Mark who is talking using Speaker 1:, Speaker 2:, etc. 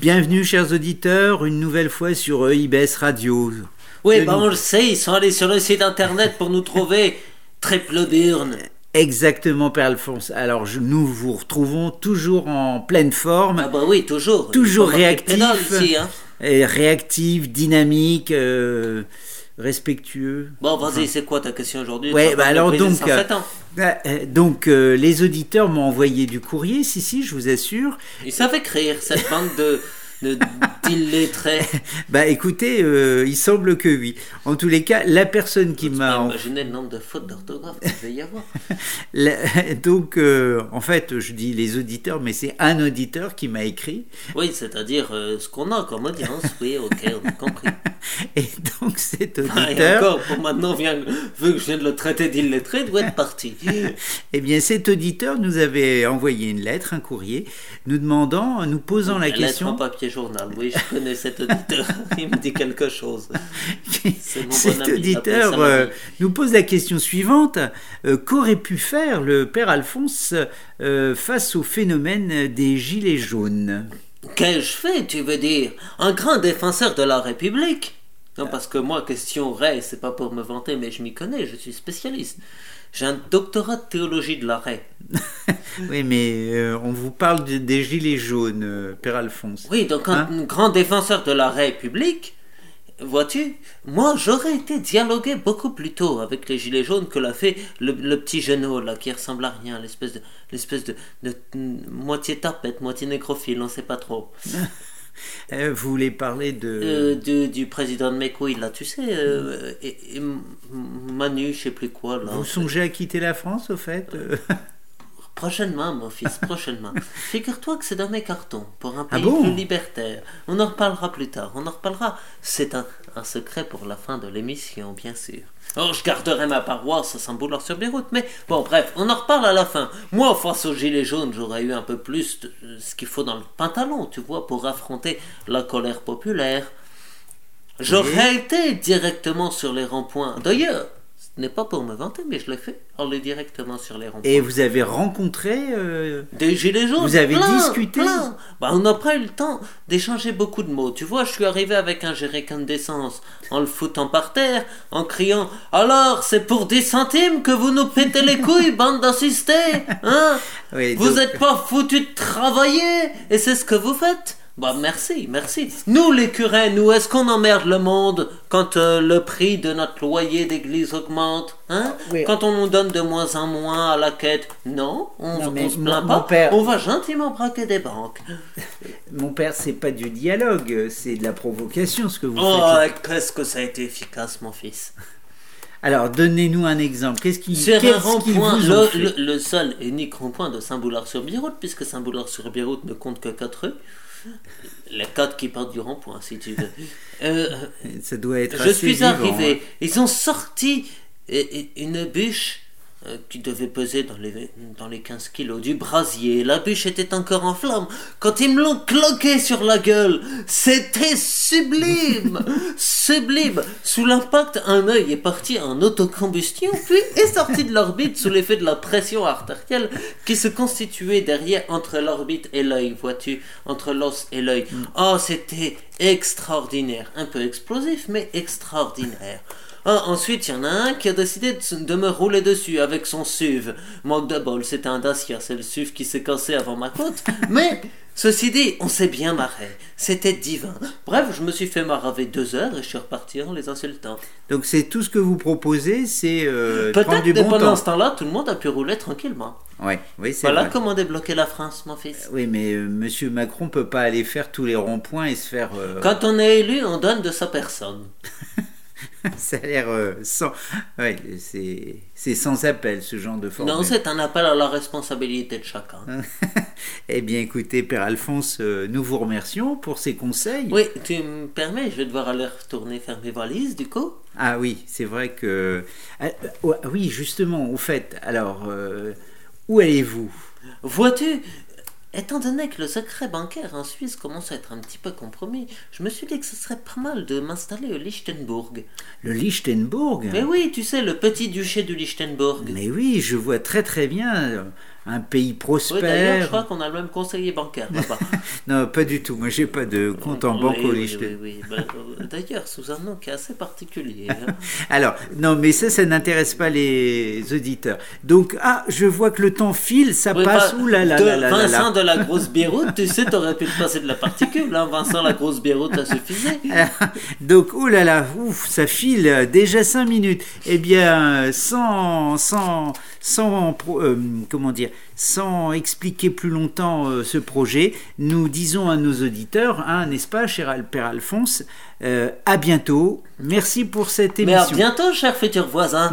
Speaker 1: Bienvenue, chers auditeurs, une nouvelle fois sur euh, IBS Radio.
Speaker 2: Oui,
Speaker 1: De
Speaker 2: bah
Speaker 1: nous-
Speaker 2: on le sait, ils sont allés sur le site internet pour nous trouver. Triple d'urne.
Speaker 1: Exactement, Père Alphonse. Alors, je- nous vous retrouvons toujours en pleine
Speaker 2: Ah
Speaker 1: forme,
Speaker 2: bah oui, toujours.
Speaker 1: Toujours
Speaker 2: Ils sont marqués
Speaker 1: réactifs.
Speaker 2: pédales ici, hein.
Speaker 1: et réactif, dynamique, euh, respectueux.
Speaker 2: Bon, vas-y, c'est quoi ta question aujourd'hui
Speaker 1: Ouais,
Speaker 2: Tu vas
Speaker 1: bah
Speaker 2: pas
Speaker 1: alors
Speaker 2: nous briser
Speaker 1: donc,
Speaker 2: sans fait, hein.
Speaker 1: Ah, euh, Donc, euh, les auditeurs m'ont envoyé du courrier, si, si, je vous assure.
Speaker 2: Ils savent écrire, cette bande de... de d'illettrés.
Speaker 1: Bah, écoutez, euh, il semble que oui. En tous les cas, la personne qui
Speaker 2: Tu peux
Speaker 1: m'a... en-
Speaker 2: imaginer le nombre de fautes d'orthographe qu'il devait y avoir.
Speaker 1: la- Donc, euh, en fait, je dis les auditeurs, mais c'est un auditeur qui m'a écrit.
Speaker 2: Oui, c'est-à-dire euh, ce qu'on a comme audience. Oui, ok, on a compris.
Speaker 1: Et donc, cet
Speaker 2: Ah, Et
Speaker 1: auditeur...
Speaker 2: encore, pour maintenant, vient- vu que je viens de le traiter d'illettré, il doit être parti.
Speaker 1: Eh bien, cet auditeur nous avait envoyé une lettre, un courrier, nous demandant, nous posant la
Speaker 2: Lettre en
Speaker 1: question.
Speaker 2: papier journal. Oui, je connais cet auditeur. Il me dit quelque chose. C'est mon bon
Speaker 1: Cet
Speaker 2: ami,
Speaker 1: auditeur
Speaker 2: appelez ça
Speaker 1: euh,
Speaker 2: Marie.
Speaker 1: nous pose la question suivante euh, qu'aurait pu faire le père Alphonse euh, face au phénomène des gilets jaunes
Speaker 2: Qu'ai-je fait, tu veux dire Un grand défenseur de la République Non, parce que moi, question Ray, c'est pas pour me vanter, mais je m'y connais, je suis spécialiste. J'ai un doctorat de théologie de la Ray.
Speaker 1: Oui, mais euh, on vous parle de- des gilets jaunes, euh, père Alphonse.
Speaker 2: Oui, donc un,
Speaker 1: Hein
Speaker 2: un grand défenseur de la République, vois-tu, moi j'aurais été dialogué beaucoup plus tôt avec les Gilets jaunes que l'a fait le, le petit genou là qui ressemble à rien, l'espèce de, l'espèce de, de- mm, moitié tapette, moitié nécrophile, on sait pas trop.
Speaker 1: Euh, vous voulez parler de.
Speaker 2: Euh, du, du président de mes couilles là, tu sais, euh, et, et M- Manu, je sais plus quoi là.
Speaker 1: vous songez à quitter la France, au fait euh
Speaker 2: Prochainement, mon fils, prochainement. Figure-toi que c'est dans mes cartons, pour un
Speaker 1: Ah
Speaker 2: pays
Speaker 1: bon
Speaker 2: plus libertaire. On en reparlera plus tard, on en reparlera. C'est un, un secret pour la fin de l'émission, bien sûr. Oh, je garderai ma paroisse sans vouloir sur Beyrouth, mais bon, bref, on en reparle à la fin. Moi, face aux gilets jaunes, j'aurais eu un peu plus de euh, ce qu'il faut dans le pantalon, tu vois, pour affronter la colère populaire. J'aurais été directement sur les ronds-points. D'ailleurs, ce n'est pas pour me vanter, mais je l'ai fait. On est directement sur les ronds-points.
Speaker 1: Et vous avez rencontré. euh,
Speaker 2: Des gilets jaunes.
Speaker 1: Vous avez
Speaker 2: plein,
Speaker 1: discuté
Speaker 2: plein. Bah, On n'a pas eu le temps d'échanger beaucoup de mots. Tu vois, je suis arrivé avec un jerrycan d'essence, en le foutant par terre, en criant Alors, c'est pour 10 centimes que vous nous pétez les couilles, bande d'assistés hein
Speaker 1: oui,
Speaker 2: Vous
Speaker 1: donc-
Speaker 2: n'êtes pas foutus de travailler Et c'est ce que vous faites bah merci, merci. Nous les curés, nous, est-ce qu'on emmerde le monde quand euh, le prix de notre loyer d'église augmente hein
Speaker 1: Oui.
Speaker 2: Quand on nous donne de moins en moins à la quête Non, on
Speaker 1: Non,
Speaker 2: on
Speaker 1: mais
Speaker 2: se
Speaker 1: mon-
Speaker 2: plaint
Speaker 1: mon
Speaker 2: pas,
Speaker 1: père-
Speaker 2: on va gentiment braquer des banques.
Speaker 1: Mon père, c'est pas du dialogue, c'est de la provocation ce que vous faites.
Speaker 2: Oh,
Speaker 1: là.
Speaker 2: qu'est-ce que ça a été efficace, mon fils.
Speaker 1: Alors, donnez-nous un exemple. Qu'est-ce qui,
Speaker 2: Sur un
Speaker 1: qu'est-ce qui vous
Speaker 2: rond-point,
Speaker 1: ont
Speaker 2: le,
Speaker 1: fait
Speaker 2: le- le seul et unique rond-point de Saint-Boulard-sur-Biroute, puisque Saint-Boulard-sur-Biroute ne compte que 4 rues, les 4 qui partent du rond-point, si tu veux. Euh,
Speaker 1: Ça doit être
Speaker 2: je
Speaker 1: assez
Speaker 2: suis
Speaker 1: vivant,
Speaker 2: arrivé.
Speaker 1: hein.
Speaker 2: Ils ont sorti euh, euh, une bûche euh, qui devait peser dans les, dans les 15 kilos du brasier. La bûche était encore en flamme. Quand ils me l'ont cloqué sur la gueule, c'était sublime Sublime Sous l'impact, un œil est parti en autocombustion, puis est sorti de l'orbite sous l'effet de la pression artérielle qui se constituait derrière entre l'orbite et l'œil, vois-tu, entre l'os et l'œil.
Speaker 1: Mm.
Speaker 2: Oh, c'était extraordinaire. Un peu explosif, mais extraordinaire. Ah, ensuite, il y en a un qui a décidé de, s- de me rouler dessus avec son SUV. Manque de bol, c'était un Dacia, c'est le SUV qui s'est cassé avant ma côte. Mais, ceci dit, on s'est bien marré. C'était divin. Bref, je me suis fait marrer deux heures et je suis reparti en les insultant.
Speaker 1: Donc, c'est tout ce que vous proposez, c'est euh, de prendre
Speaker 2: Peut-être
Speaker 1: du
Speaker 2: que
Speaker 1: bon
Speaker 2: pendant
Speaker 1: temps.
Speaker 2: ce temps-là, tout le monde a pu rouler tranquillement.
Speaker 1: Ouais, oui, c'est
Speaker 2: Voilà
Speaker 1: vrai.
Speaker 2: comment débloquer la France, mon fils.
Speaker 1: Oui, mais euh, Monsieur Macron peut pas aller faire tous les ronds-points et se faire. euh,
Speaker 2: Quand on est élu, on donne de sa personne.
Speaker 1: ça a l'air euh, sans. Ouais, c'est c'est sans appel ce genre de formule.
Speaker 2: Non, c'est un appel à la responsabilité de chacun.
Speaker 1: eh bien, écoutez, Père Alphonse, euh, nous vous remercions pour ces conseils.
Speaker 2: Oui, tu me permets, je vais devoir aller retourner faire mes valises, du coup.
Speaker 1: Ah oui, c'est vrai que. Ah, euh, oui, justement, au fait. Alors, euh, où allez-vous
Speaker 2: Vois-tu, étant donné que le secret bancaire en Suisse commence à être un petit peu compromis, je me suis dit que ce serait pas mal de m'installer au Liechtenbourg.
Speaker 1: Le Liechtenbourg
Speaker 2: Mais oui, tu sais, le petit duché du Liechtenbourg.
Speaker 1: Mais oui, je vois très très bien. euh, un pays
Speaker 2: Oui, d'ailleurs,
Speaker 1: prospère.
Speaker 2: je crois qu'on a le même conseiller bancaire là-bas.
Speaker 1: non, pas du tout. Moi, j'ai pas de compte en
Speaker 2: Oui,
Speaker 1: banque au
Speaker 2: oui,
Speaker 1: Liechtenstein.
Speaker 2: oui, oui. Ben, euh, D'ailleurs, sous un nom qui est assez particulier. hein.
Speaker 1: Alors, non, mais ça, ça n'intéresse pas les auditeurs. Donc, ah, je vois que le temps file, ça
Speaker 2: Oui,
Speaker 1: passe.
Speaker 2: pas-
Speaker 1: Ouh là là
Speaker 2: de
Speaker 1: là là là là.
Speaker 2: Vincent de la grosse Beyrouth, tu sais, t'aurais pu te passer de la particule. Hein. Vincent la grosse Beyrouth, ça suffisait.
Speaker 1: Donc, ouh là là, ouf, ça file euh, déjà 5 minutes. Eh bien, euh, sans, sans, sans, pro- euh, comment dire, sans expliquer plus longtemps euh, ce projet, nous disons à nos auditeurs, hein, n'est-ce pas, cher Al- Père Alphonse, euh, à bientôt. Merci pour cette
Speaker 2: Mais à
Speaker 1: émission.
Speaker 2: bientôt, cher futur voisin.